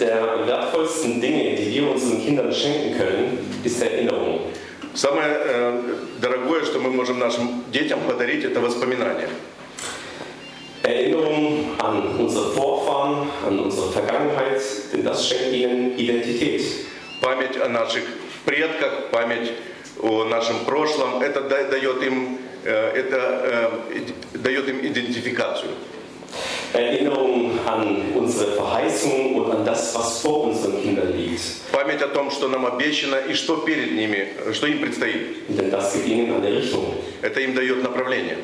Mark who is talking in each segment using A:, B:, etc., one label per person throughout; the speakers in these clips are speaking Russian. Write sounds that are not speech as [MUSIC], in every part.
A: der wertvollsten Dinge, die wir unseren Kindern schenken können, ist Erinnerung.
B: Самое э, дорогое, что мы можем нашим детям подарить, это воспоминания.
A: Erinnerung an unsere Vorfahren, an unsere Vergangenheit, denn das schenkt ihnen Identität.
B: Память о наших предках, память о нашем прошлом, это да- дает им, э, это, э, иди- дает им идентификацию.
A: Erinnerung an unsere Verheißung und an das, was vor unseren Kindern liegt.
B: Память о том, что нам обещано и что перед ними, э, что им предстоит.
A: Denn das gibt ihnen eine Richtung.
B: Это им дает направление.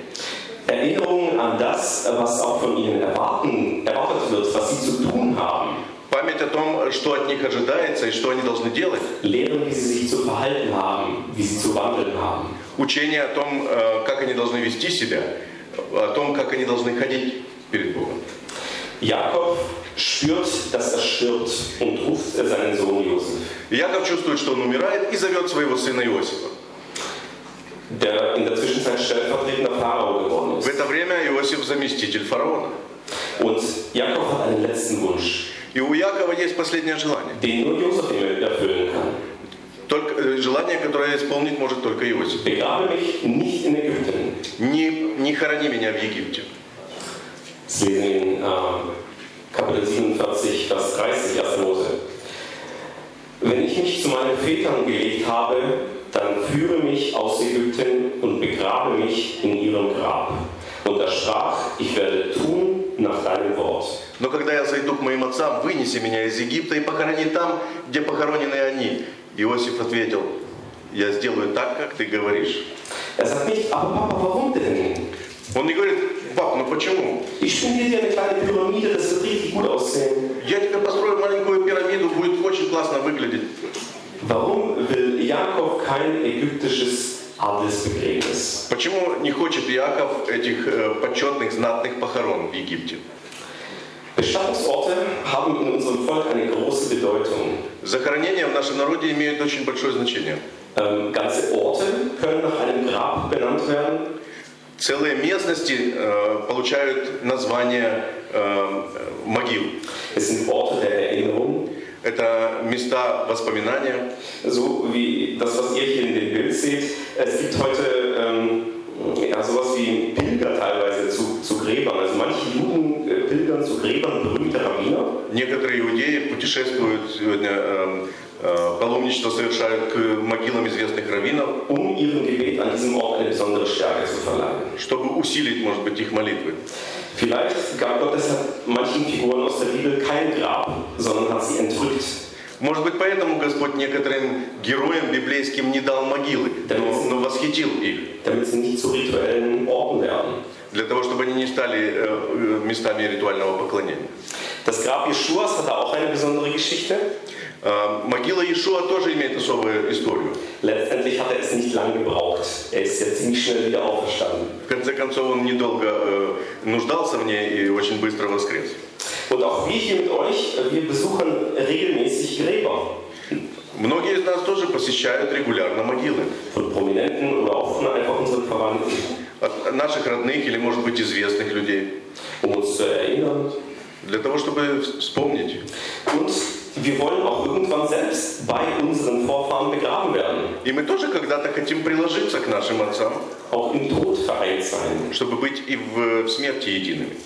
A: Erinnerung an das, was auch von ihnen erwarten, erwartet wird, was sie zu tun haben.
B: Память о том, что от них ожидается и что они должны делать.
A: Lehren, wie sie sich zu verhalten haben, wie sie zu wandeln haben.
B: Учение о том, э, как они должны вести себя, о том, как они должны ходить перед Богом.
A: Jakob spürt, dass er stirbt und ruft seinen Sohn Josef.
B: Яков чувствует, что он умирает и зовет своего сына Иосифа.
A: der in der Zwischenzeit stellvertretender Pharao geworden
B: В
A: ist.
B: это время Иосиф заместитель фараона.
A: Und Jakob hat einen letzten Wunsch,
B: И у Якова есть последнее желание.
A: den nur Josef ihm erfüllen kann.
B: Только, э, желание, которое исполнить может только Иосиф.
A: Begrabe mich nicht in Ägypten.
B: Не, не хорони меня в Египте.
A: Das lesen wir in äh, Kapitel 47, Vers 30, 1. Mose. Wenn ich mich zu meinen Vätern gelegt habe, dann führe mich aus Ägypten und begrabe mich in ihrem Grab. Und er sprach, ich werde tun nach deinem Wort.
B: Но когда я зайду к моим отцам, вынеси меня из Египта и похорони там, где похоронены они. Иосиф ответил, я сделаю так, как ты говоришь.
A: Er sagt nicht, aber Papa, warum denn?
B: Он не говорит, пап, ну почему?
A: Ich spinne dir eine kleine Pyramide, das wird richtig gut aussehen.
B: Я тебе построю маленькую пирамиду, будет очень классно выглядеть.
A: Warum will Jakob kein ägyptisches Adelsbegräbnis?
B: Почему не хочет Иаков этих э, почетных, знатных похорон в Египте?
A: Bestattungsorte haben in unserem Volk eine große Bedeutung.
B: Захоронения в нашем народе имеют очень большое значение.
A: Ähm, ganze Orte können nach einem Grab benannt werden.
B: Целые местности э, получают название э, могил.
A: Es sind Orte der Erinnerung,
B: Это места воспоминания.
A: so wie das, was ihr hier in dem Bild seht. Es gibt heute ähm, ja, sowas wie Pilger teilweise zu, zu Gräbern. Also manche Juden äh, pilgern zu Gräbern berühmter Rabbiner.
B: Некоторые иудеи путешествуют сегодня, э, э, паломничество совершают к могилам известных раввинов,
A: um ihrem Gebet an diesem Ort eine besondere Stärke zu verleihen.
B: чтобы усилить, может быть, их молитвы.
A: Vielleicht gab Gott deshalb manchen Figuren aus der Bibel kein Grab, sondern hat sie entrückt,
B: Может быть, поэтому Господь некоторым героям библейским не дал могилы, но, но восхитил их,
A: damit sie nicht zu rituellen Orten werden.
B: для того, чтобы они не стали э, э, местами ритуального поклонения.
A: Das Grab Jeschuas hatte auch eine besondere Geschichte.
B: Э, могила Иешуа тоже имеет особую историю.
A: Letztendlich hat er es nicht lang gebraucht. Er ist ja ziemlich schnell wieder auferstanden.
B: В конце концов, он недолго э, нуждался в ней и очень быстро воскрес.
A: Und auch wir hier mit euch, wir besuchen regelmäßig Gräber.
B: Многие из нас тоже посещают регулярно могилы.
A: Von Prominenten oder auch von einfach unseren Verwandten.
B: от наших родных или, может быть, известных людей,
A: Um uns zu erinnern,
B: для того, чтобы вспомнить.
A: Und wir wollen auch irgendwann selbst bei unseren Vorfahren begraben werden,
B: И мы тоже когда-то хотим приложиться к нашим отцам,
A: auch im Tod vereint sein.
B: чтобы быть и в, в смерти едиными.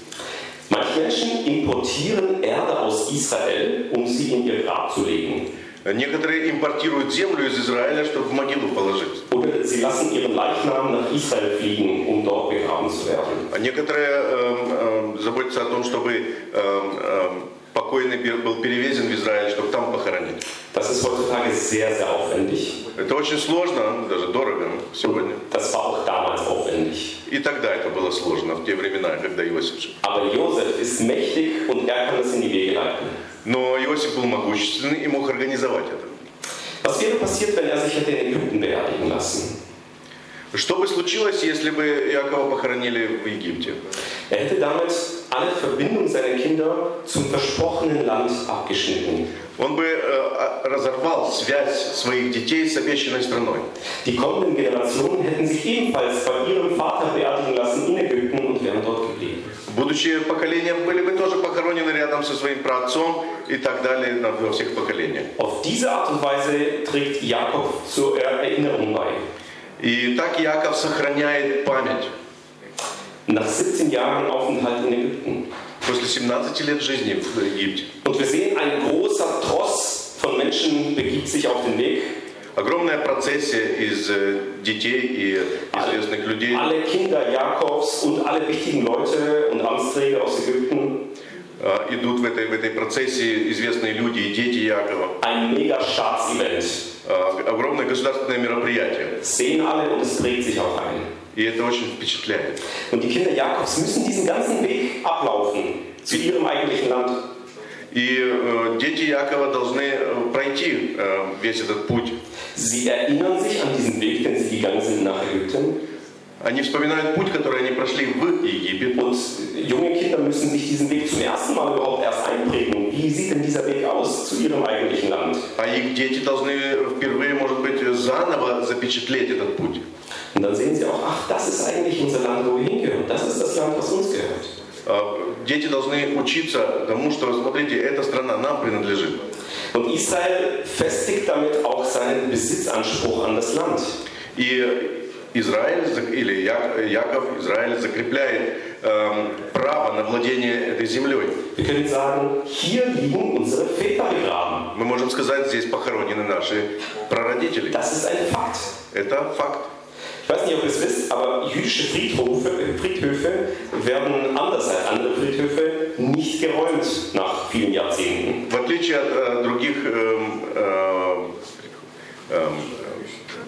A: Manche Menschen importieren Erde aus Israel, um sie in ihr Grab zu legen.
B: Некоторые импортируют землю из Израиля, чтобы в могилу положить.
A: Oder sie lassen ihren Leichnam nach Israel fliegen, um dort begraben zu werden.
B: А некоторые эм, эм, заботятся о том, чтобы эм, эм, покойный бер- был перевезен в Израиль, чтобы там похоронить.
A: Das ist heutzutage sehr, sehr aufwendig.
B: Это очень сложно, даже дорого сегодня.
A: Das war auch damals aufwendig.
B: И тогда это было сложно, в те времена, когда Иосиф жил.
A: Aber Josef ist mächtig und er kann es in die Wege leiten.
B: Но Иосиф был могущественный и мог организовать это.
A: Was wäre passiert, wenn er sich hätte in Ägypten beerdigen lassen?
B: Что бы случилось, если бы Иакова похоронили в Египте?
A: Er hätte damit alle Verbindung seiner Kinder zum versprochenen Land abgeschnitten.
B: Он бы э, а- разорвал связь своих детей с обещанной страной.
A: Die kommenden Generationen hätten sich ebenfalls von ihrem Vater beerdigen lassen in Ägypten und wären dort geblieben.
B: будущие поколения были бы тоже похоронены рядом со своим праотцом и так далее на- во всех поколениях.
A: Auf diese Art und Weise trägt Jakob zur Erinnerung bei.
B: И так Яков сохраняет память
A: Nach 17 Jahren Aufenthalt in Ägypten.
B: после 17 лет жизни в Египте.
A: Und wir sehen, ein großer Tross von Menschen begibt sich auf den Weg.
B: Огромная процессия из э, детей и известных людей.
A: Alle Kinder Jakobs und alle wichtigen Leute und Amtsträger aus Ägypten.
B: э, идут в этой, в этой процессии известные люди и дети Якова.
A: Ein mega Staatsevent.
B: Э, Огромное государственное мероприятие.
A: Sehen alle und es trägt sich auch ein.
B: И это очень впечатляет.
A: Und die Kinder Jakobs müssen diesen ganzen Weg ablaufen zu ihrem eigentlichen Land.
B: И э, дети Якова должны э, пройти э, весь этот путь.
A: Sie erinnern sich an diesen Weg, den sie gegangen sind nach Ägypten.
B: Они вспоминают путь, который они прошли в Египет.
A: Und junge Kinder müssen sich diesen Weg zum ersten Mal überhaupt erst einprägen. Wie sieht denn dieser Weg aus zu ihrem eigentlichen Land?
B: А их дети должны впервые, может быть, заново запечатлеть этот путь.
A: Und dann sehen sie auch, ach, das ist eigentlich unser Land, wo wir hingehören. Das ist das Land, was uns gehört.
B: Э, Дети должны учиться тому, что, смотрите, эта страна нам принадлежит.
A: Und Israel festigt damit auch seinen Besitzanspruch an das Land.
B: И Израиль, зак- или Я- Яков, Израиль закрепляет эм, право на владение этой землей.
A: Wir können sagen, hier liegen unsere Väter begraben.
B: Мы можем сказать, здесь похоронены наши прародители.
A: Das ist ein Fakt.
B: Это факт.
A: Ich weiß nicht, ob ihr es wisst, aber jüdische Friedhofe, Friedhöfe werden anders als andere Friedhöfe nicht geräumt nach vielen Jahrzehnten.
B: В отличие от э, других эм, эм, эм,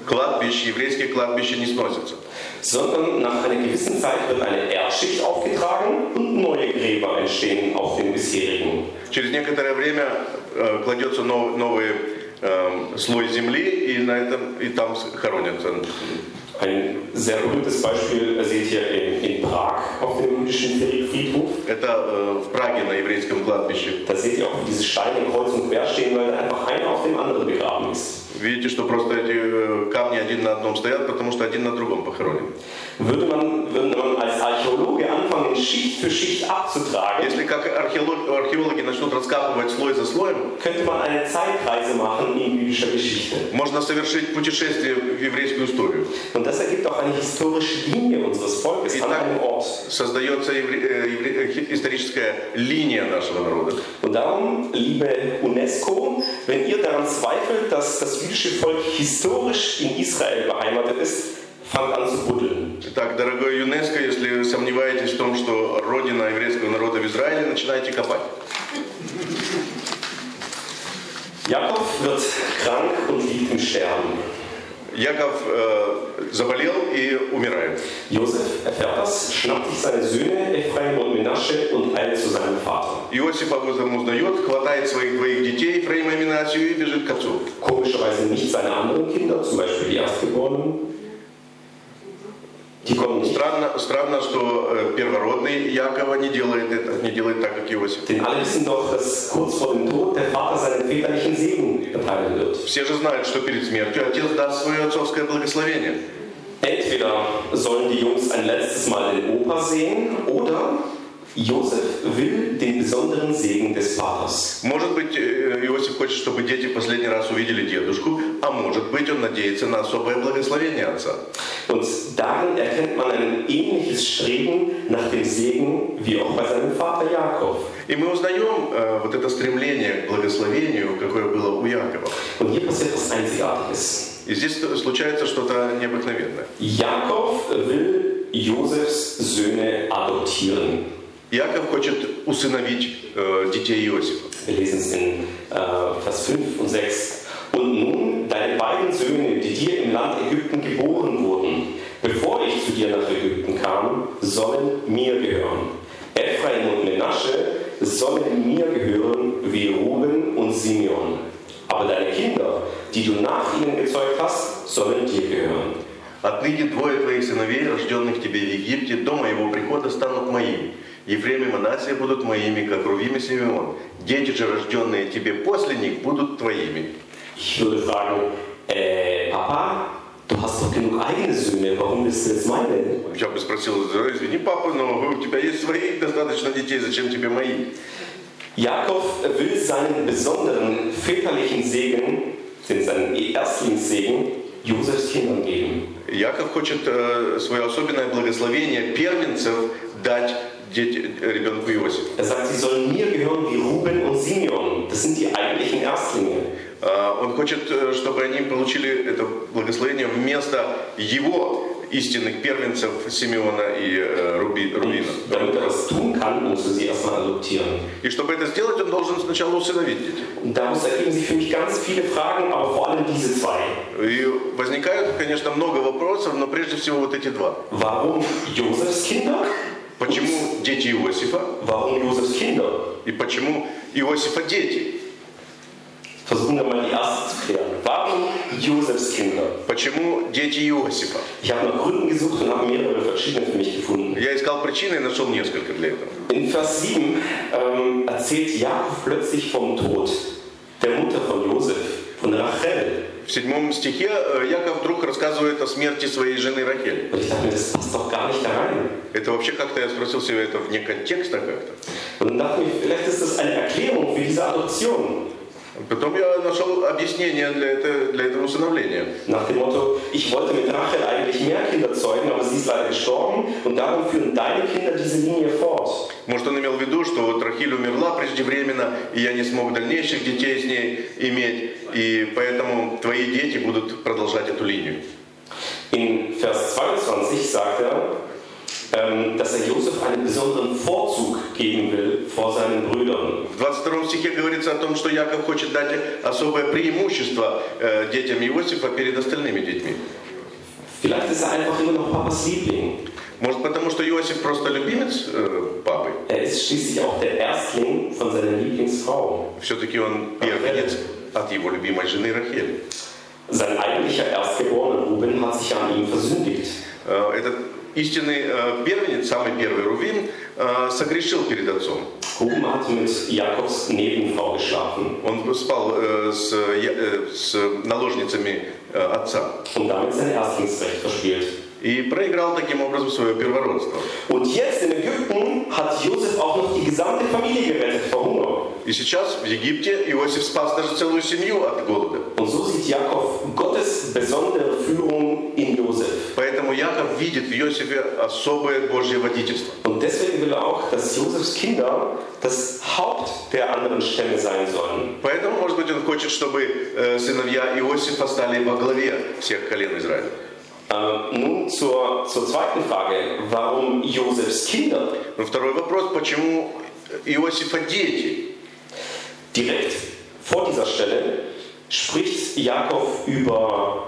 B: кладбищ, еврейские кладбища не сносятся.
A: Sondern nach einer gewissen Zeit wird eine Erdschicht aufgetragen und neue Gräber entstehen auf den bisherigen.
B: Через некоторое время э, кладется нов- новый эм, слой земли, и, на этом, и там с- хоронятся.
A: Ein sehr berühmtes Beispiel äh, seht ihr in, in Prag auf dem jüdischen Friedhof.
B: Это э, в Праге на еврейском кладбище.
A: Da seht ihr auch, wie diese Steine kreuz und quer stehen, weil da einfach einer auf dem anderen begraben ist.
B: Видите, что просто эти э, камни один на одном стоят, потому что один на другом похоронен.
A: Würde man, würde man als Archäologe anfangen, Schicht für Schicht abzutragen,
B: Если как археолог- археологи начнут раскапывать слой за слоем,
A: könnte man eine Zeitreise machen in jüdischer Geschichte.
B: можно совершить путешествие в еврейскую историю.
A: Und das ergibt auch eine historische Linie unseres Volkes an
B: Итак,
A: einem Ort.
B: Создается евре- э, евре- э, хи- историческая линия нашего народа.
A: Und darum, liebe UNESCO, wenn ihr daran zweifelt, dass das jüdische Volk historisch in Israel beheimatet ist, fangt an zu buddeln.
B: Итак, дорогой ЮНЕСКО, если вы сомневаетесь в том, что родина еврейского народа в Израиле, начинайте копать.
A: Jakob wird krank und liegt im Sterben.
B: Яков э, заболел и умирает.
A: Josef erfährt das, schnappt sich seine Söhne Ephraim und Menasche und eilt zu seinem Vater.
B: Иосиф об этом узнает, хватает своих двоих детей, Фрейма и Минасию, и бежит к отцу.
A: Komischerweise nicht seine anderen Kinder, zum Beispiel die Erstgeborenen. Die kommen nicht
B: Странно, странно, что э, первородный Якова не делает это, не делает так, как Иосиф.
A: Denn alle wissen doch, dass kurz vor dem Tod der Vater seinen väterlichen Segen erteilen wird.
B: Все же знают, что перед смертью отец даст свое отцовское благословение.
A: Entweder sollen die Jungs ein letztes Mal den Opa sehen oder Josef will den besonderen Segen des Vaters.
B: Может быть, э, Иосиф хочет, чтобы дети последний раз увидели дедушку, а может быть, он надеется на особое благословение отца.
A: Und darin erkennt man ein ähnliches Streben nach dem Segen wie auch bei seinem Vater Jakob.
B: И мы узнаем э, вот это стремление к благословению, какое было у Якова.
A: Und hier passiert was Einzigartiges.
B: И здесь случается что-то необыкновенное.
A: Jakob will Josefs Söhne adoptieren.
B: Яков хочет усыновить э, детей Иосифа.
A: Wir lesen es in äh, Vers 5 und 6. Und nun, deine beiden Söhne, die dir im Land Ägypten geboren wurden, bevor ich zu dir nach Ägypten kam, sollen mir gehören. Ephraim und Menasche sollen mir gehören wie Ruben und Simeon. Aber deine Kinder, die du nach ihnen gezeugt hast, sollen dir gehören.
B: Отныне двое твоих сыновей, рожденных тебе в Египте, до моего прихода станут моими. Ефрем и Манасия будут моими, как Рувим и Симеон. Дети же, рожденные тебе после них, будут твоими.
A: Ich würde fragen, äh, Papa, du hast doch genug eigene Söhne, warum bist du jetzt meine?
B: Я бы спросил, извини, папа, но у тебя есть своих достаточно детей, зачем тебе мои?
A: Jakob will seinen besonderen väterlichen Segen, den- seinen Erstlingssegen, Josefs Kindern geben.
B: Яков хочет э, свое особенное благословение первенцев дать дети- ребенку Иосифу.
A: Er sagt, sie sollen mir gehören wie Ruben und Simeon. Das sind die eigentlichen Erstlinge.
B: Э, Он хочет, э, чтобы они получили это благословение вместо его истинных первенцев Симеона и э, Руби- Рубина.
A: Damit er das tun kann, musst du sie erstmal adoptieren.
B: И чтобы это сделать, он должен сначала усыновить детей.
A: Und daraus ergeben sich für mich ganz viele Fragen, aber vor allem diese zwei.
B: И возникают, конечно, много вопросов, но прежде всего вот эти два.
A: Warum Josefs Kinder?
B: Почему дети Иосифа
A: Warum Josefs Kinder?
B: и почему Иосифа дети?
A: Versuchen wir mal die erste zu klären. Warum Josefs Kinder?
B: Почему дети Иосифа?
A: Ich habe nach Gründen gesucht und habe mehrere verschiedene für mich gefunden.
B: Я искал причины и нашел несколько для этого.
A: In Vers 7 ähm, erzählt Jakob plötzlich vom Tod der Mutter von Josef, von Rachel.
B: В седьмом стихе э, Яков вдруг рассказывает о смерти своей жены Рахель.
A: Und ich dachte mir, das passt doch gar nicht da rein.
B: Это вообще как-то, я спросил себя, это вне контекста как-то.
A: Und dann dachte ich mir, vielleicht ist das eine Erklärung für diese Adoption.
B: Потом я нашел объяснение для, это- для этого усыновления.
A: Nach dem Motto, ich wollte mit Rachel eigentlich mehr Kinder zeugen, aber sie ist leider gestorben und darum führen deine Kinder diese Linie fort.
B: Может, он имел в виду, что вот Рахиль умерла преждевременно, и я не смог дальнейших детей с ней иметь, и поэтому твои дети будут продолжать эту линию.
A: In Vers 22 sagt er, ähm, dass er Josef einen besonderen Vorzug geben will vor seinen Brüdern.
B: В 22 стихе говорится о том, что Яков хочет дать особое преимущество э, детям Иосифа перед остальными детьми.
A: Vielleicht ist er einfach immer noch Papas Liebling.
B: Может, потому что Иосиф просто любимец э, папы?
A: Er ist schließlich auch der Erstling von seiner Lieblingsfrau.
B: Все-таки он первенец от его любимой жены Рахель.
A: Sein eigentlicher Erstgeborener Ruben hat sich an ihm versündigt.
B: Э, Этот истинный э, первенец, самый первый Рувин, э, согрешил перед отцом.
A: Ruben hat mit Jakobs Nebenfrau geschlafen
B: Он спал э, с, я- э, с наложницами э, отца
A: und damit sein Erstlingsrecht verspielt.
B: и проиграл таким образом свое первородство.
A: Und jetzt in Ägypten hat Josef auch noch die gesamte Familie gerettet vor Hunger.
B: И сейчас в Египте Иосиф спас даже целую семью от голода.
A: Und so sieht Jakob Gottes besondere Führung in Josef.
B: Поэтому Яков видит в Иосифе особое Божье водительство.
A: Und deswegen will er auch, dass Josefs Kinder das Haupt der anderen Stämme sein sollen.
B: Поэтому, может быть, он хочет, чтобы э, сыновья Иосифа стали во главе всех колен Израиля.
A: Ähm, nun zur, zur zweiten Frage. Warum Josefs Kinder?
B: Но Ну, второй вопрос, почему Иосифа дети?
A: Direkt vor dieser Stelle spricht Jakob über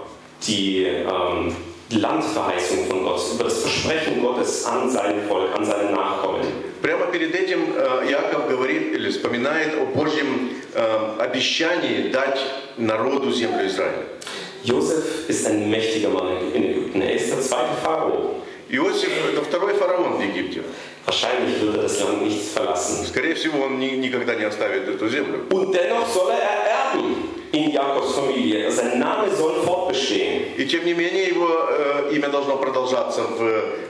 A: die ähm, Landverheißung von Gott, über das Versprechen Gottes an sein Volk, an seine Nachkommen.
B: Прямо перед этим э, Яков говорит или вспоминает о Божьем э, обещании дать народу землю Израиля.
A: Josef ist ein mächtiger Mann in Ägypten. Er ist der zweite Pharao.
B: Иосиф – это второй фараон в Египте.
A: Wahrscheinlich wird er das Land nicht verlassen.
B: Скорее всего, он ни- никогда не оставит эту землю.
A: Und dennoch soll er erben in Jakobs Familie. Sein Name soll fortbestehen.
B: И тем не менее, его э, имя должно продолжаться в,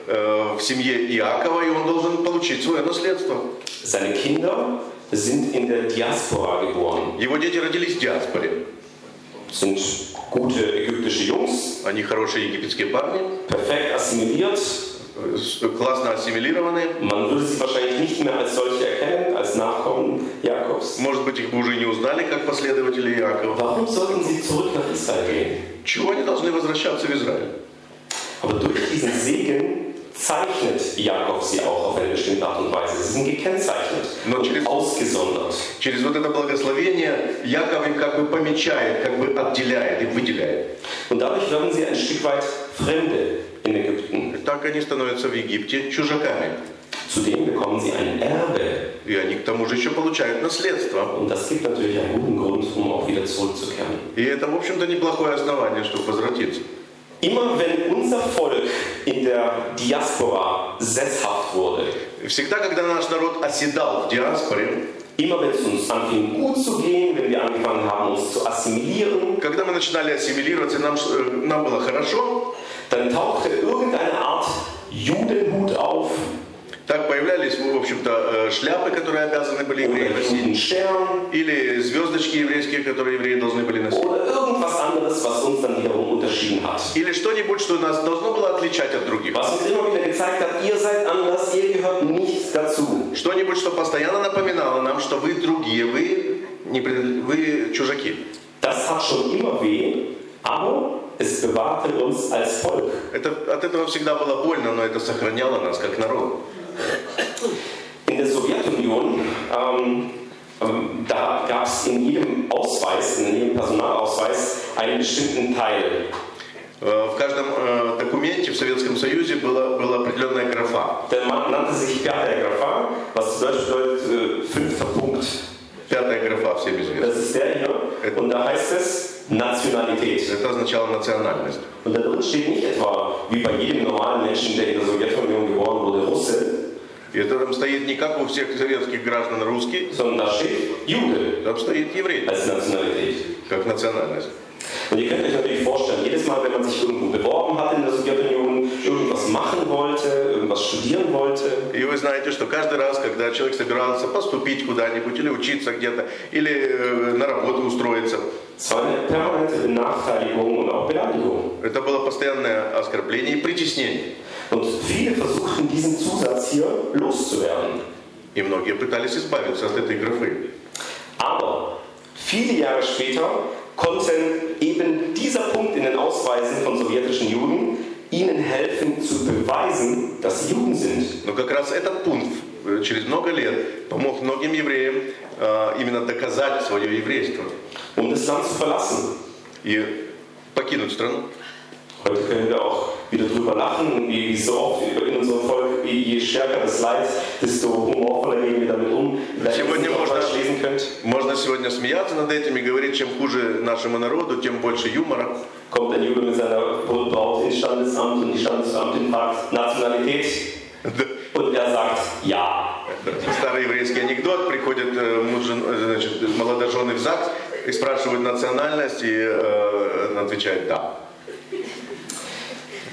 B: э, в семье Иакова, и он должен получить свое наследство.
A: Seine Kinder sind in der Diaspora geboren,
B: Его дети родились в диаспоре.
A: sind gute ägyptische Jungs,
B: Они хорошие египетские парни,
A: perfekt assimiliert.
B: э, с- классно ассимилированные.
A: Man würde sie wahrscheinlich nicht mehr als solche erkennen, als Nachkommen Jakobs.
B: Может быть, их бы уже не узнали, как последователи Иакова.
A: Warum sollten sie zurück nach Israel gehen?
B: Чего они должны возвращаться в Израиль?
A: Aber durch diesen Segen zeichnet Jakob sie auch auf eine bestimmte Art und Weise. Sie sind gekennzeichnet und
B: Natürlich.
A: ausgesondert.
B: Через вот это благословение Яков их как бы помечает, как бы отделяет, их выделяет.
A: Und dadurch werden sie ein Stück weit Fremde in Ägypten.
B: Так они становятся в Египте чужаками.
A: Zudem bekommen sie ein Erbe
B: И они к тому же еще получают наследство.
A: Und das gibt natürlich einen guten Grund, um auch wieder zurückzukehren.
B: И это, в общем-то, неплохое основание, чтобы возвратиться.
A: Immer wenn unser Volk in der Diaspora sesshaft wurde,
B: Всегда, когда наш народ оседал в диаспоре,
A: Immer wenn es uns anfing gut zu gehen, wenn wir angefangen haben, uns zu assimilieren,
B: Когда мы начинали ассимилироваться, нам, с- э, нам было хорошо,
A: dann tauchte irgendeine Art Judenhut auf
B: так появлялись, ну, в общем-то, э, шляпы, которые обязаны были евреи
A: oder
B: носить,
A: Judenstern
B: или звездочки еврейские, которые евреи должны были носить,
A: oder irgendwas anderes, was uns dann wiederum unterschieden hat.
B: или что-нибудь, что нас должно было отличать от других,
A: Was uns immer wieder gezeigt hat, ihr seid anders, ihr gehört nicht dazu.
B: что-нибудь, что постоянно напоминало нам, что вы другие, вы, не пред- вы чужаки.
A: Das hat schon immer weh, aber es bewahrte uns als Volk.
B: Это, от этого всегда было больно, но это сохраняло нас как народ.
A: In der Sowjetunion, ähm, ähm, da gab es in jedem Ausweis, in jedem Personalausweis einen bestimmten Teil.
B: Э, В каждом э, документе в Советском Союзе была, была определенная графа.
A: Der Mann nannte sich Piatergrapha, was zu Deutsch bedeutet äh, fünfter Punkt.
B: Пятая графа всем известна.
A: Das ist der hier. Und da heißt es Nationalität.
B: Это означало национальность.
A: Und da drin steht nicht etwa, wie bei jedem normalen Menschen, der in der Sowjetunion geboren wurde, Russe,
B: И это там стоит не как у всех советских граждан русский,
A: sondern da steht Jude
B: там стоит еврей
A: als Nationalität.
B: как национальность.
A: Und ihr könnt euch natürlich vorstellen, jedes Mal, wenn man sich irgendwo beworben hat in der Sowjetunion, irgendwas machen wollte, irgendwas studieren wollte,
B: И вы знаете, что каждый раз, когда человек собирался поступить куда-нибудь или учиться где-то, или э, на работу устроиться,
A: es war eine permanente Benachteiligung und auch Beleidigung.
B: это было постоянное оскорбление и притеснение.
A: Und viele versuchten, diesen Zusatz hier loszuwerden.
B: И многие пытались избавиться от этой графы.
A: Aber viele Jahre später konnten eben dieser Punkt in den Ausweisen von sowjetischen Juden ihnen helfen zu beweisen, dass sie Juden sind.
B: Но как раз этот пункт э, через много лет помог многим евреям э, именно доказать свое еврейство
A: um das Land zu verlassen.
B: и покинуть страну.
A: Heute können wir auch wieder drüber lachen, wie wie so oft in unserem Volk, wie je stärker das Leid, desto humorvoller gehen wir damit um. Vielleicht
B: Сегодня
A: ihr
B: можно-
A: falsch lesen könnt,
B: Можно сегодня смеяться над этим и говорить, чем хуже нашему народу, тем больше юмора.
A: kommt ein Jude mit seiner Braut ins Standesamt und die Standesamtin fragt Nationalität und er sagt ja.
B: Старый еврейский анекдот. Приходит э, муж, жен- э, значит, молодожены в ЗАГС и спрашивают национальность, и э, она отвечает «да».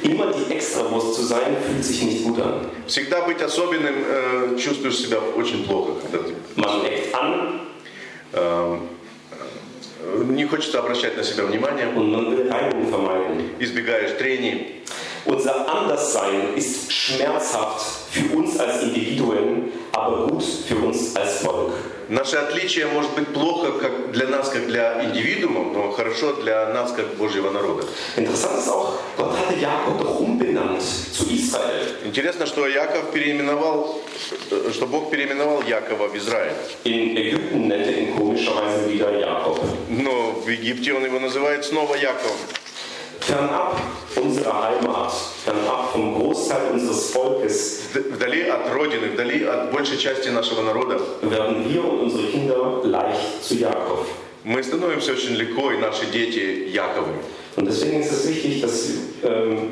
A: Immer die Extrawurst zu sein, fühlt sich nicht gut an.
B: Всегда быть особенным, э, чувствуешь себя очень плохо. когда ты,
A: Man eckt an
B: э, э, не хочется обращать на себя внимание,
A: und man will Reibung vermeiden.
B: избегаешь трений.
A: Unser Anderssein ist schmerzhaft für uns als Individuen, aber gut für uns als Volk.
B: Наше отличие может быть плохо как для нас, как для индивидуумов, но хорошо для нас, как Божьего народа.
A: Interessant ist auch, Gott hatte Jakob doch umbenannt zu Israel.
B: Интересно, что Яков переименовал, э, что Бог переименовал Якова в Израиль.
A: In Ägypten nennt er ihn komischerweise wieder Jakob.
B: Но в Египте он его называет снова Яков.
A: Fernab unserer Heimat, fernab vom Großteil unseres Volkes,
B: Вд- Вдали от родины, вдали от большей части нашего народа.
A: werden wir und unsere Kinder leicht zu Jakob.
B: Мы становимся очень легко, и наши дети Яковы.
A: Und deswegen ist es wichtig, dass ähm,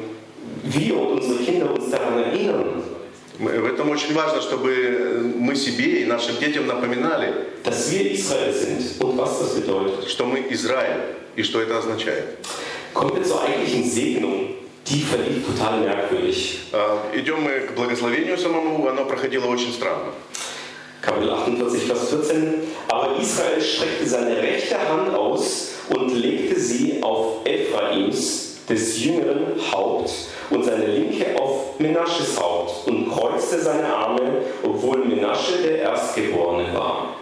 A: wir und unsere Kinder uns daran erinnern,
B: Мы- В этом очень важно, чтобы э, мы себе и нашим детям напоминали,
A: dass wir Israel sind und was das bedeutet.
B: что мы Израиль и что это означает.
A: Kommen wir zur eigentlichen Segnung. Die verlief total merkwürdig.
B: Э, Идем мы к благословению самому, оно проходило очень странно.
A: Kapitel 48, Vers 14. Aber Israel streckte seine rechte Hand aus und legte sie auf Ephraims, des jüngeren Haupt, und seine linke auf Menasches Haupt und kreuzte seine Arme, obwohl Menasche der Erstgeborene war.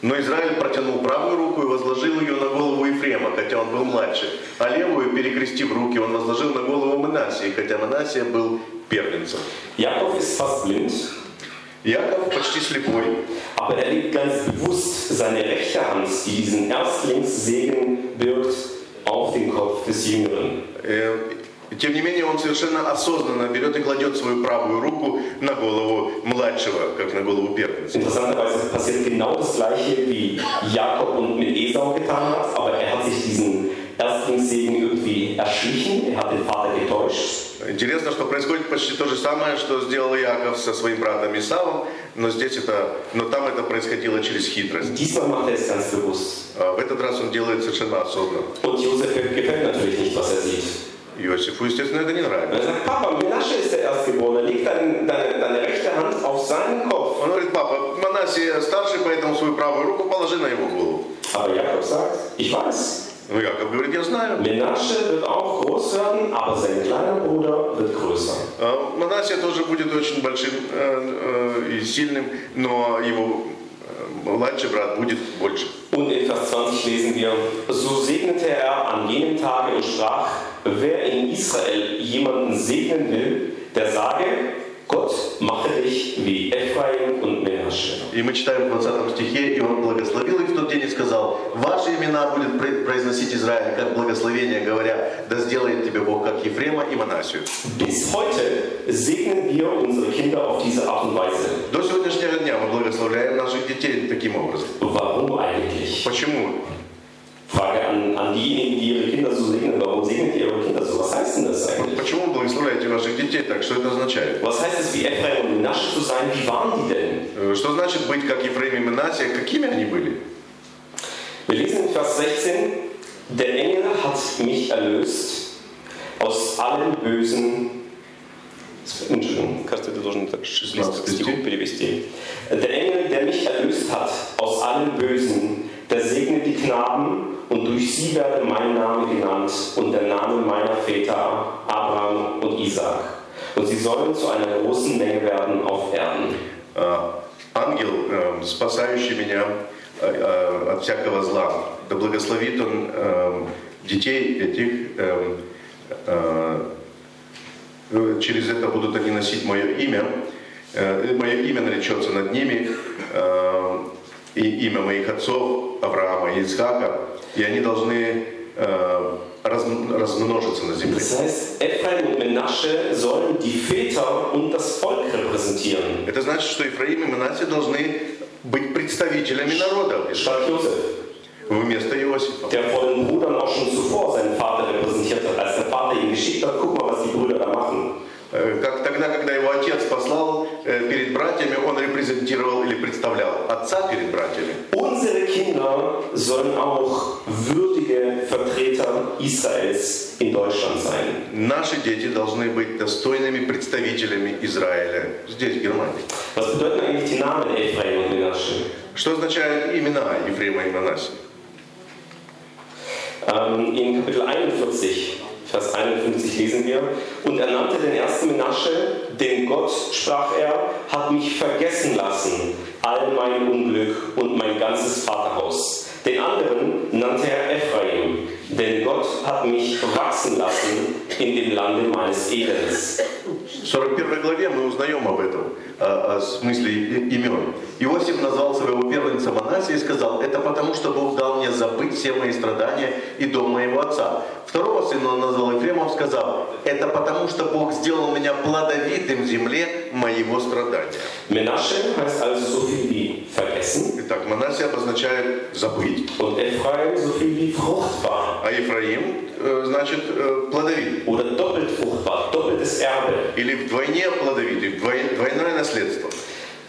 B: Но Израиль протянул правую руку и возложил ее на голову Ефрема, хотя он был младше, а левую, перекрестив руки, он возложил на голову Манасии, хотя Манасия был первенцем.
A: Jakob ist fast blind,
B: Яков почти слепой,
A: aber er legt ganz bewusst seine rechte Hand, die diesen Erstlingssegen birgt, auf den Kopf des Jüngeren.
B: Э, Тем не менее, он совершенно осознанно берет и кладет свою правую руку на голову младшего, как на голову первенца.
A: Interessanterweise passiert genau das gleiche, wie Jakob und mit Esau getan hat, aber er hat sich diesen Erstlingssegen irgendwie erschlichen, er hat den Vater getäuscht.
B: Интересно, что происходит почти то же самое, что сделал Иаков со своим братом Исавом, но здесь это, но там это происходило через хитрость.
A: Diesmal macht er es ganz bewusst.
B: А В этот раз он делает совершенно осознанно.
A: Und Josef gefällt natürlich nicht, was er sieht.
B: Иосифу, естественно, это не
A: Er
B: нравится.
A: sagt, Papa, Menasche ist der Erstgeborene, leg deine, deine, deine rechte Hand auf seinen Kopf.
B: Он говорит, папа, Манасия старший, поэтому свою правую руку положи на его голову.
A: Aber Jakob sagt, ich weiß,
B: Ну, Яков говорит, я знаю.
A: Menasche wird auch groß werden, aber sein kleiner Bruder wird größer.
B: А Манасия тоже будет очень большим э, э, и сильным, но его э, младший брат будет больше.
A: Und in Vers 20 lesen wir, so segnete er an jenem Tage und sprach, wer in Israel jemanden segnen will, der sage, Gott mache dich wie Ephraim und Menasche.
B: И мы читаем в 20 стихе, и он благословил их в тот день и сказал, ваши имена будет пр- произносить Израиль как благословение, говоря, да сделает тебе Бог как Ефрема и Манасию.
A: Bis heute segnen wir unsere Kinder auf diese Art und Weise.
B: До сегодняшнего дня мы благословляем наших детей таким образом.
A: Warum eigentlich?
B: Почему?
A: Frage an, an diejenigen, die ihre Kinder so segnen. Warum segnet ihr eure Kinder so? Was heißt denn das
B: Вот
A: eigentlich?
B: Почему вы благословляете ваших детей так? Что это означает?
A: Was heißt es, wie Ephraim und Menasche zu sein? Wie waren die denn?
B: Э, Что значит быть как Ефрем и Манасия? Какими они были?
A: Wir lesen in Vers 16, der Engel hat mich erlöst aus allem Bösen. Entschuldigung, Костя, ты должен так 16 стиху перевести. Der Engel, der mich erlöst hat aus allem Bösen, der segne die Knaben und durch sie werde mein Name genannt und der Name meiner Väter Abraham und Isaak. Und sie sollen zu einer großen Menge werden auf Erden.
B: А, Ангел, э, спасающий меня э, э, от всякого зла, да благословит он э, детей этих, э, э, э, через это будут они носить мое имя, э, мое имя наречется над ними, э, и имя моих отцов Авраама и Исхака, и они должны э, разм- размножиться на земле.
A: Das heißt, Ephraim und Menasche sollen die Väter und das Volk repräsentieren.
B: Это значит, что Ефраим и Манасия должны быть представителями народа
A: Statt Josef,
B: вместо Иосифа.
A: der vor den Brüdern auch schon zuvor seinen Vater repräsentiert hat, als der Vater ihn geschickt hat, guck mal, was die Brüder da machen.
B: Э, Как тогда, когда его отец послал э, перед братьями, он репрезентировал или представлял отца перед братьями.
A: Unsere Kinder sollen auch würdige Vertreter Israels in Deutschland sein.
B: Наши дети должны быть достойными представителями Израиля здесь, в Германии.
A: Was bedeuten eigentlich die Namen Ephraim und Menasche?
B: Что означают имена Ефрема и Манасии?
A: Ähm, in Kapitel 41, Vers 51 lesen wir, und er nannte den ersten Menasche, den Gott, sprach er, hat mich vergessen lassen, all mein Unglück und mein ganzes Vaterhaus. Den anderen nannte er Ephraim, denn Gott hat mich wachsen lassen in dem Lande meines Elends.
B: В 41 главе мы узнаем об этом, а, о, о смысле и- имен. Иосиф назвал своего первенца Манасия и сказал, это потому, что Бог дал мне забыть все мои страдания и дом моего отца. Второго сына он назвал Ефремом, сказав, это потому, что Бог сделал меня плодовитым в земле моего страдания.
A: Menasche heißt also so viel wie vergessen
B: Итак, Манасия обозначает «забыть»,
A: und Ephraim so viel wie fruchtbar
B: а Ефраим э, значит э, «плодовитый».
A: oder doppelt fruchtbar, doppeltes Erbe.
B: Или вдвойне плодовитый, вдвой- двойное наследство.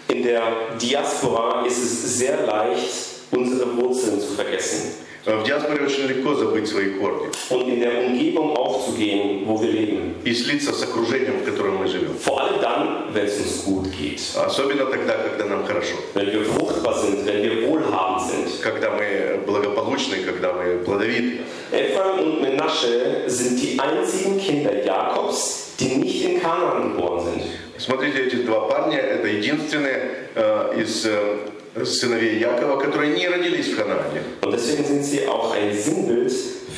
A: In der Diaspora ist es sehr leicht, unsere Wurzeln zu vergessen
B: Э, В диаспоре очень легко забыть свои корни.
A: und in der Umgebung aufzugehen, wo wir leben.
B: и слиться с окружением, в котором мы живем.
A: Vor allem dann, wenn es uns gut geht.
B: Особенно тогда, когда нам хорошо,
A: Wenn wir fruchtbar sind, wenn wir wohlhabend sind.
B: когда мы благополучны, когда мы плодовиты.
A: Ephraim und Menasche sind die einzigen Kinder Jakobs, die nicht in Kanaan geboren sind.
B: Смотрите, эти два парня – это единственные э, из э, сыновей Якова, которые не родились в Ханаане.
A: Und deswegen sind sie auch ein Sinnbild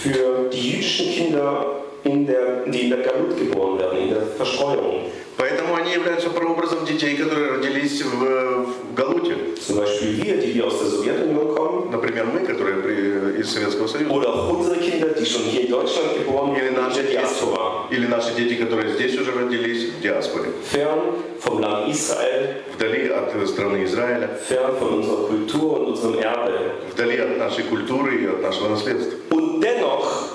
A: für die jüdischen Kinder, in der, die in der Galut geboren werden, in der Verstreuung.
B: Поэтому они являются прообразом детей, которые родились в, э, в Галуте.
A: Zum Beispiel wir, die wir aus der Sowjetunion kommen,
B: Например, мы, которые при- э, из Советского Союза.
A: Oder auch unsere Kinder, die schon hier in Deutschland geboren
B: Или
A: werden, in
B: наши,
A: der Diaspora,
B: или наши дети, которые здесь уже родились, в диаспоре.
A: fern vom Land Israel,
B: Вдали от э, страны Израиля,
A: fern von unserer Kultur und unserem Erbe.
B: вдали от нашей культуры и от нашего наследства.
A: Und dennoch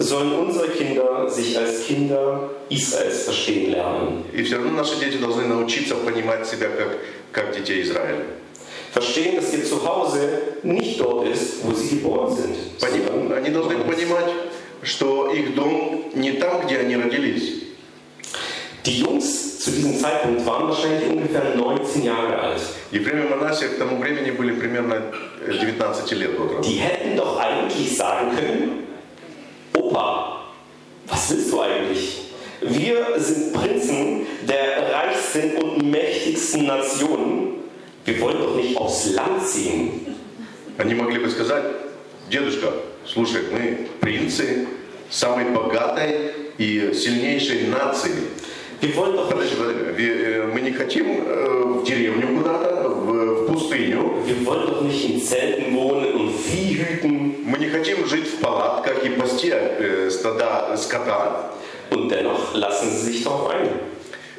A: sollen unsere Kinder sich als Kinder Israels verstehen lernen.
B: И все равно наши дети должны научиться понимать себя как, как детей Израиля.
A: Verstehen, dass ihr Zuhause nicht dort ist, wo sie geboren sind.
B: Пони-
A: sondern
B: Они должны
A: woanders.
B: понимать, что их дом не там, где они родились.
A: Die Jungs zu diesem Zeitpunkt waren wahrscheinlich ungefähr 19 Jahre alt.
B: Ефрем и Манасия к тому времени были примерно э, 19 лет от роду.
A: Die hätten doch eigentlich sagen können, Opa, was willst du eigentlich? Wir sind Prinzen der reichsten und mächtigsten Nationen. Wir wollen doch nicht aufs Land ziehen.
B: Они могли бы сказать, дедушка, слушай, мы принцы самой богатой и сильнейшей нации.
A: Wir wollen doch
B: Подожди,
A: nicht,
B: подожди. Ве- э, Мы не хотим э, в деревню куда-то, в, в пустыню.
A: wir wollen doch nicht in Zelten wohnen und Vieh hüten.
B: Мы не хотим жить в палатках и пасти э, стада скота.
A: Und dennoch lassen sie sich darauf ein.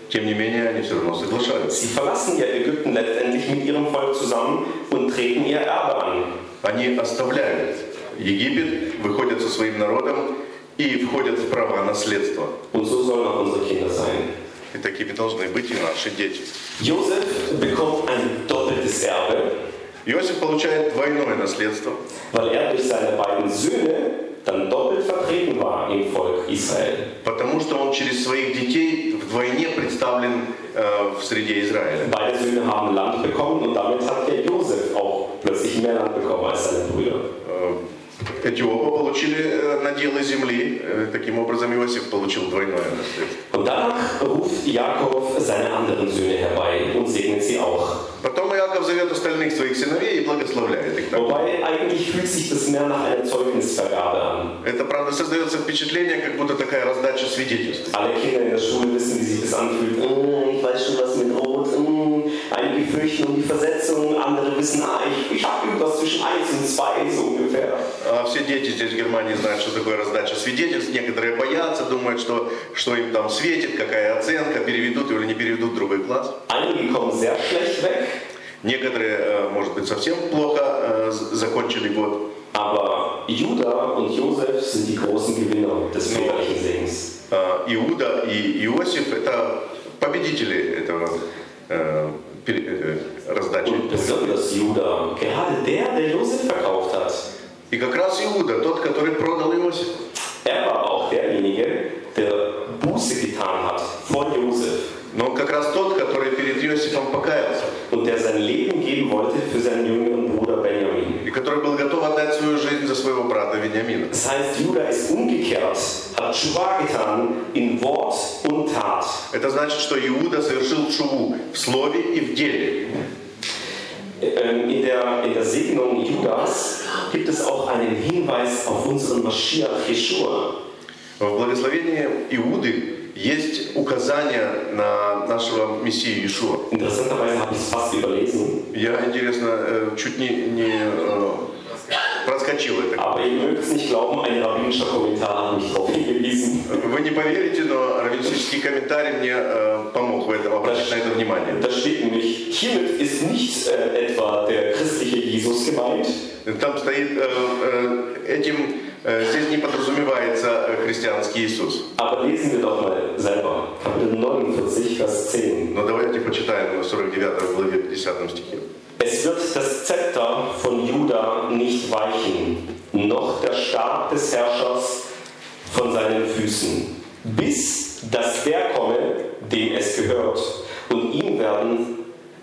B: Тем не менее, они все равно соглашаются.
A: Sie verlassen ja Ägypten letztendlich mit ihrem Volk zusammen und treten ihr Erbe an.
B: Они оставляют Египет, выходят со своим народом и входят в права наследства.
A: Und so sollen auch unsere Kinder sein.
B: И такими должны быть и наши дети.
A: Josef bekommt ein doppeltes Erbe,
B: Иосиф получает двойное наследство,
A: weil er durch seine beiden Söhne dann doppelt vertreten war im Volk Israel.
B: потому что он через своих детей вдвойне представлен э, в среде Израиля.
A: Beide Söhne haben Land bekommen und damit hat der Josef auch plötzlich mehr Land bekommen als seine Brüder.
B: Э, Эфиопы получили э, наделы земли, э, таким образом Иосиф получил двойное наследство.
A: Und danach ruft Jakob seine anderen Söhne herbei und segnet sie auch.
B: Потом Иаков зовет остальных своих сыновей и благословляет их. Так.
A: Wobei eigentlich fühlt sich das mehr nach einer Zeugnisvergabe an.
B: Это, правда, создается впечатление, как будто такая раздача свидетельств.
A: Alle Kinder in der Schule wissen, wie sich das anfühlt. Mm, ich weiß schon was mit Rot. Mm, einige fürchten um die Versetzung, andere wissen, ah, ich, ich habe irgendwas zwischen 1 und 2, so ungefähr.
B: А все дети здесь в Германии знают, что такое раздача свидетельств. Некоторые боятся, думают, что, что им там светит, какая оценка, переведут или не переведут в другой класс.
A: Einige kommen sehr schlecht weg,
B: Некоторые, э, может быть, совсем плохо э, з- закончили год.
A: aber Judah und Josef sind die großen Gewinner des väterlichen Segens.
B: Э, Иуда и Иосиф – это победители этого э, пере- э, раздачи.
A: Und besonders Judah, gerade der, der Josef verkauft hat,
B: И как раз Иуда, тот, который продал Иосиф.
A: er war auch derjenige, der Buße getan hat vor Josef.
B: Но он как раз тот, который перед Иосифом покаялся.
A: und der sein Leben geben wollte für seinen jüngeren Bruder Benjamin.
B: И который был готов отдать свою жизнь за своего брата Вениамина.
A: Das heißt, Judah ist umgekehrt, hat Schuba getan in Wort und Tat.
B: Это значит, что Иуда совершил чуву в слове и в деле.
A: Ähm, In der, in der Segnung Judas gibt es auch einen Hinweis auf unseren Mashiach Yeshua.
B: В благословении Иуды есть указание на нашего Мессию Иешуа.
A: Interessanterweise habe ich es fast überlesen,
B: Я, интересно, э, чуть не, не, э, проскочил это.
A: aber ihr mögt es nicht glauben, ein rabbinischer Kommentar hat mich darauf hingewiesen.
B: Вы не поверите, но раввинистический комментарий мне э, помог в этом, обратить на это внимание.
A: Da steht nämlich, hiermit ist nicht äh, etwa der christliche Jesus gemeint,
B: Там стоит, э, э, этим, э, здесь не подразумевается э, христианский Иисус.
A: aber lesen wir doch mal selber. Kapitel 49, Vers 10.
B: Но давайте почитаем 49 главе 50 стихе.
A: Es wird das Zepter von Juda nicht weichen, noch der Stab des Herrschers von seinen Füßen, bis dass der komme, dem es gehört. Und ihm werden,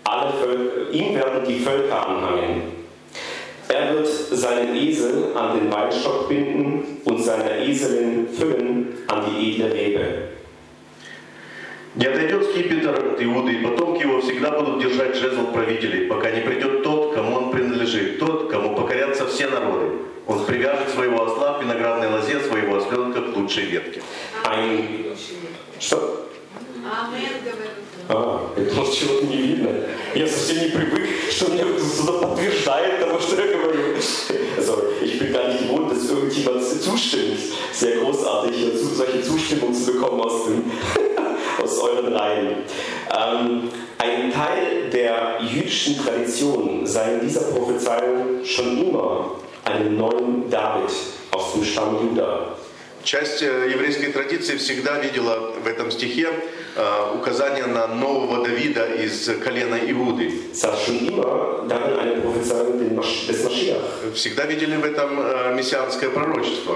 A: alle Völ ihm werden die Völker anhangen. Er wird seinen Esel an den Weinstock binden und seiner Eselin füllen an die edle Rebe.
B: Не отойдет скипетр от Иуды, и потомки его всегда будут держать жезл правителей, пока не придет тот, кому он принадлежит, тот, кому покорятся все народы. Он привяжет своего осла к виноградной лозе, своего осленка к лучшей ветке.
A: Ein. Stopp.
C: Амен, говорю.
A: А, это может чего-то не видно. Я совсем не привык, что мне кто-то что-то подтверждает того, что я говорю. Also, ich bin gar nicht gewohnt, dass irgendjemand zustimmt. Sehr großartig, hier zu- solche Zustimmung zu bekommen aus, den, [LAUGHS] aus euren Reihen. Ähm, ein Teil der jüdischen Tradition sah in dieser Prophezeiung schon immer einen neuen David aus dem Stamm Juda.
B: Часть э, еврейской традиции всегда видела в этом стихе э, указание на нового Давида из колена Иуды.
A: sah schon immer darin eine Prophezeiung den Masch- des Maschiach.
B: Всегда видели в этом э, мессианское пророчество.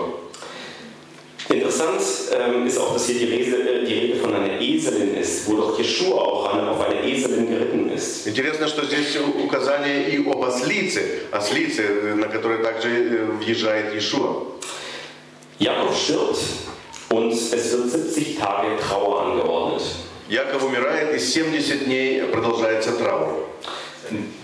A: Interessant ähm, ist auch, dass hier die, Rese, äh, die Rede von einer Eselin ist, wo doch Jeschua auch an, auf eine Eselin geritten ist.
B: Интересно, что здесь у- указание и об ослице, ослице, э, на которой также э, въезжает Иешуа.
A: Jakob stirbt und es wird 70 Tage Trauer angeordnet.
B: Яков умирает, и 70 дней продолжается траур.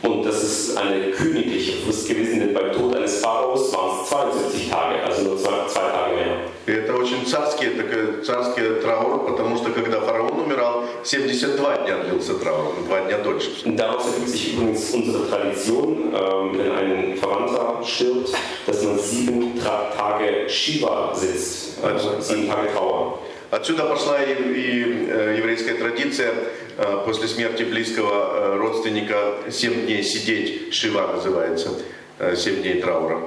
A: Und das ist eine königliche Frist gewesen, denn beim Tod eines Pharaos waren es 72 Tage, also nur zwei, zwei Tage mehr.
B: И это очень царский, такой царский траур, потому что когда фараон умирал, 72 дня длился траур, на два дня дольше.
A: Und Daraus ergibt sich übrigens unsere Tradition, ähm, wenn ein Verwandter stirbt, dass man sieben Tra Tage Shiva sitzt, also sieben Tage Trauer.
B: Отсюда пошла и, и, э, еврейская традиция э, после смерти близкого э, родственника 7 дней сидеть, шива называется, 7 дней траура.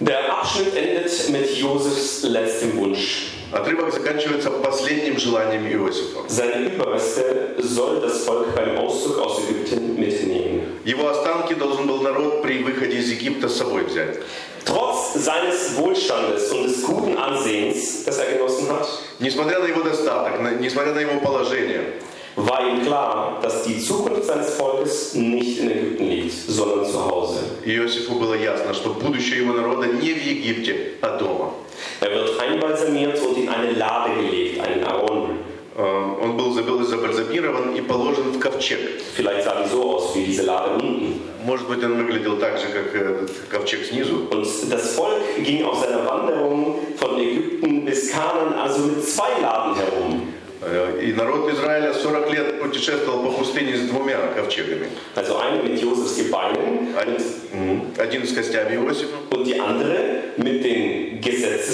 A: Der Abschnitt endet mit Josefs letztem Wunsch.
B: Отрывок заканчивается последним желанием Иосифа.
A: Seine Überreste soll das Volk beim Auszug aus Ägypten mitnehmen.
B: Его останки должен был народ при выходе из Египта с собой взять.
A: Trotz seines Wohlstandes und des guten Ansehens, das er genossen hat,
B: Несмотря на его достаток, на- несмотря на его положение,
A: war ihm klar, dass die Zukunft seines Volkes nicht in Ägypten liegt, sondern zu Hause.
B: Иосифу было ясно, что будущее его народа не в Египте, а дома.
A: Er wird einbalsamiert und in eine Lade gelegt, einen Aaron.
B: Э, Он был забыл- забальзамирован и положен в ковчег.
A: Vielleicht sah die so aus wie diese Lade unten.
B: Может быть, он выглядел так же, как этот ковчег снизу.
A: Und das Volk ging auf seiner Wanderung von Ägypten bis Kanan also mit zwei Laden herum.
B: Э, И народ Израиля 40 лет путешествовал по пустыне с двумя ковчегами.
A: Also eine mit Josefs Gebeinen
B: Один, м, один с костями Иосифа,
A: und die andere mit den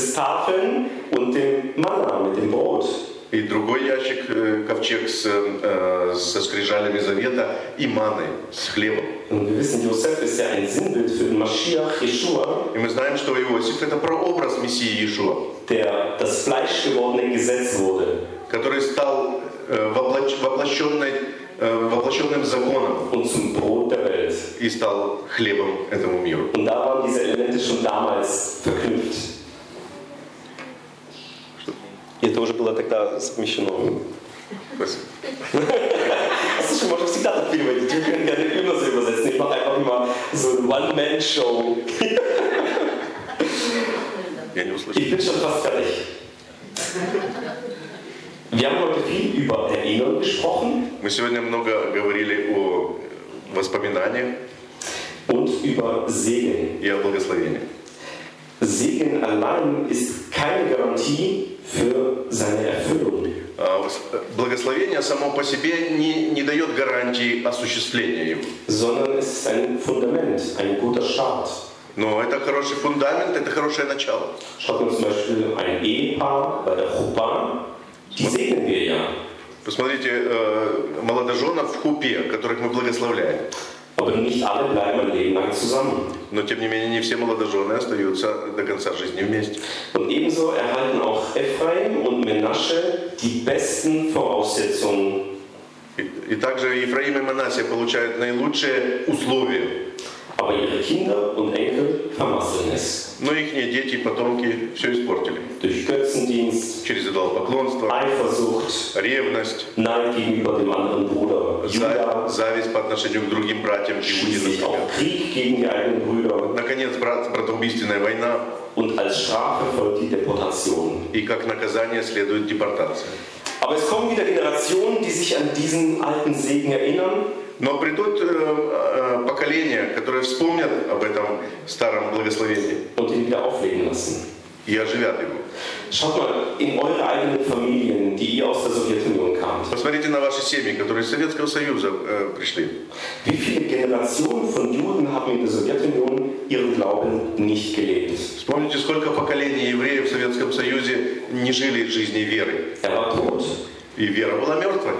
A: Gesetzestafeln und dem Manna, mit dem Brot.
B: и другой ящик, э, ковчег с, э, со скрижалями завета и маной, с хлебом.
A: Und wir wissen, Josef ist ja ein Sinnbild für den Mashiach, Yeshua,
B: И мы знаем, что Иосиф – это прообраз Мессии Иешуа,
A: der das fleischgewordene Gesetz wurde
B: который стал э, воплощ- воплощенной, э, воплощенным законом
A: und zum Brot der Welt.
B: и стал хлебом этому миру.
A: Und da waren diese Elemente schon damals verknüpft. Я это уже было тогда совмещено.
B: Спасибо.
A: Слушай, можно всегда так переводить. Wir können gerne immer so übersetzen. Ich mache einfach mal so eine One-Man-Show.
B: Я не услышал.
A: Ich bin schon fast fertig. Wir haben heute viel über Erinnerung gesprochen
B: Мы сегодня много говорили о воспоминаниях
A: und über Segen.
B: и о благословении.
A: Segen allein ist keine Garantie für seine Erfüllung.
B: А вот Благословение само по себе не, не дает гарантии осуществления его.
A: sondern es ist ein Fundament, ein guter Start.
B: Но это хороший фундамент, это хорошее начало.
A: Schaut uns zum Beispiel ein Ehepaar bei der Chuppah, die segnen wir ja.
B: Посмотрите, э, молодоженов в хупе, которых мы благословляем.
A: Aber nicht alle bleiben ein Leben lang zusammen.
B: Но, тем не менее, не все молодожены остаются до конца жизни вместе.
A: Und ebenso erhalten auch Ephraim und Menasche die besten Voraussetzungen.
B: И, и также Ефраим и Манасия получают наилучшие условия.
A: Aber ihre Kinder und Enkel vermasseln es.
B: Но их дети и потомки все испортили.
A: Durch Götzendienst,
B: Через идолопоклонство,
A: Eifersucht,
B: ревность,
A: Neid gegenüber dem anderen Bruder.
B: за-
A: Judah
B: зависть по отношению к другим братьям Иуде,
A: schließlich
B: например.
A: auch Krieg gegen die eigenen Brüder.
B: Наконец, брат, братоубийственная война,
A: Und als Strafe folgt die Deportation.
B: и как наказание следует депортация.
A: Aber es kommen wieder Generationen, die sich an diesen alten Segen erinnern
B: Но придут э, э, поколения, которые вспомнят об этом старом благословении
A: und ihn wieder aufleben lassen.
B: и оживят его.
A: Schaut mal in eure eigenen Familien, die ihr aus der Sowjetunion kamt.
B: Посмотрите на ваши семьи, которые из Советского Союза э, пришли.
A: Wie viele Generationen von Juden haben in der Sowjetunion ihren Glauben nicht gelebt?
B: Вспомните, сколько поколений евреев в Советском Союзе не жили жизни веры.
A: Er war tot.
B: И вера была мертвой.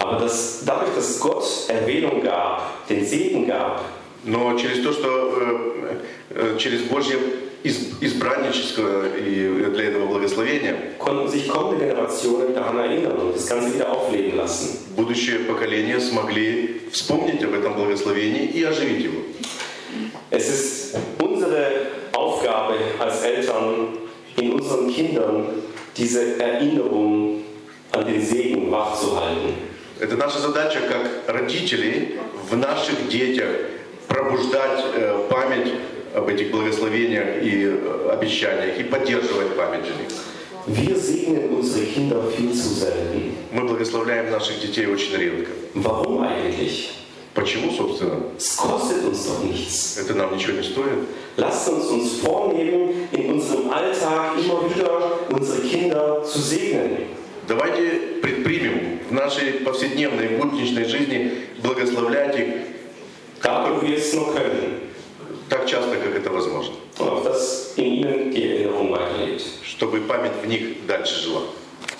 A: Aber das, dadurch, dass Gott Erwählung gab, den Segen gab,
B: Но через то, что э, э, через Божье из- избраннического и для этого благословения
A: konnten sich kommende Generationen daran erinnern und das Ganze wieder aufleben lassen.
B: будущее поколение смогли вспомнить об этом благословении и оживить его.
A: Es ist unsere Aufgabe als Eltern, in unseren Kindern diese Erinnerung an den Segen wachzuhalten.
B: Это наша задача как родителей в наших детях пробуждать э, память об этих благословениях и э, обещаниях и поддерживать память о них.
A: Wir segnen unsere Kinder viel zu selten.
B: Мы благословляем наших детей очень редко.
A: Warum eigentlich?
B: Почему, собственно?
A: Es kostet uns doch nichts.
B: Это нам ничего не стоит.
A: Lasst uns uns vornehmen, in unserem Alltag immer wieder unsere Kinder zu segnen.
B: Давайте предпримем в нашей повседневной будничной жизни благословлять их
A: Da, wo wir es noch können.
B: так часто, как это возможно,
A: Und auf das in ihnen die Erinnerung weiterlebt.
B: чтобы память в них дальше жила.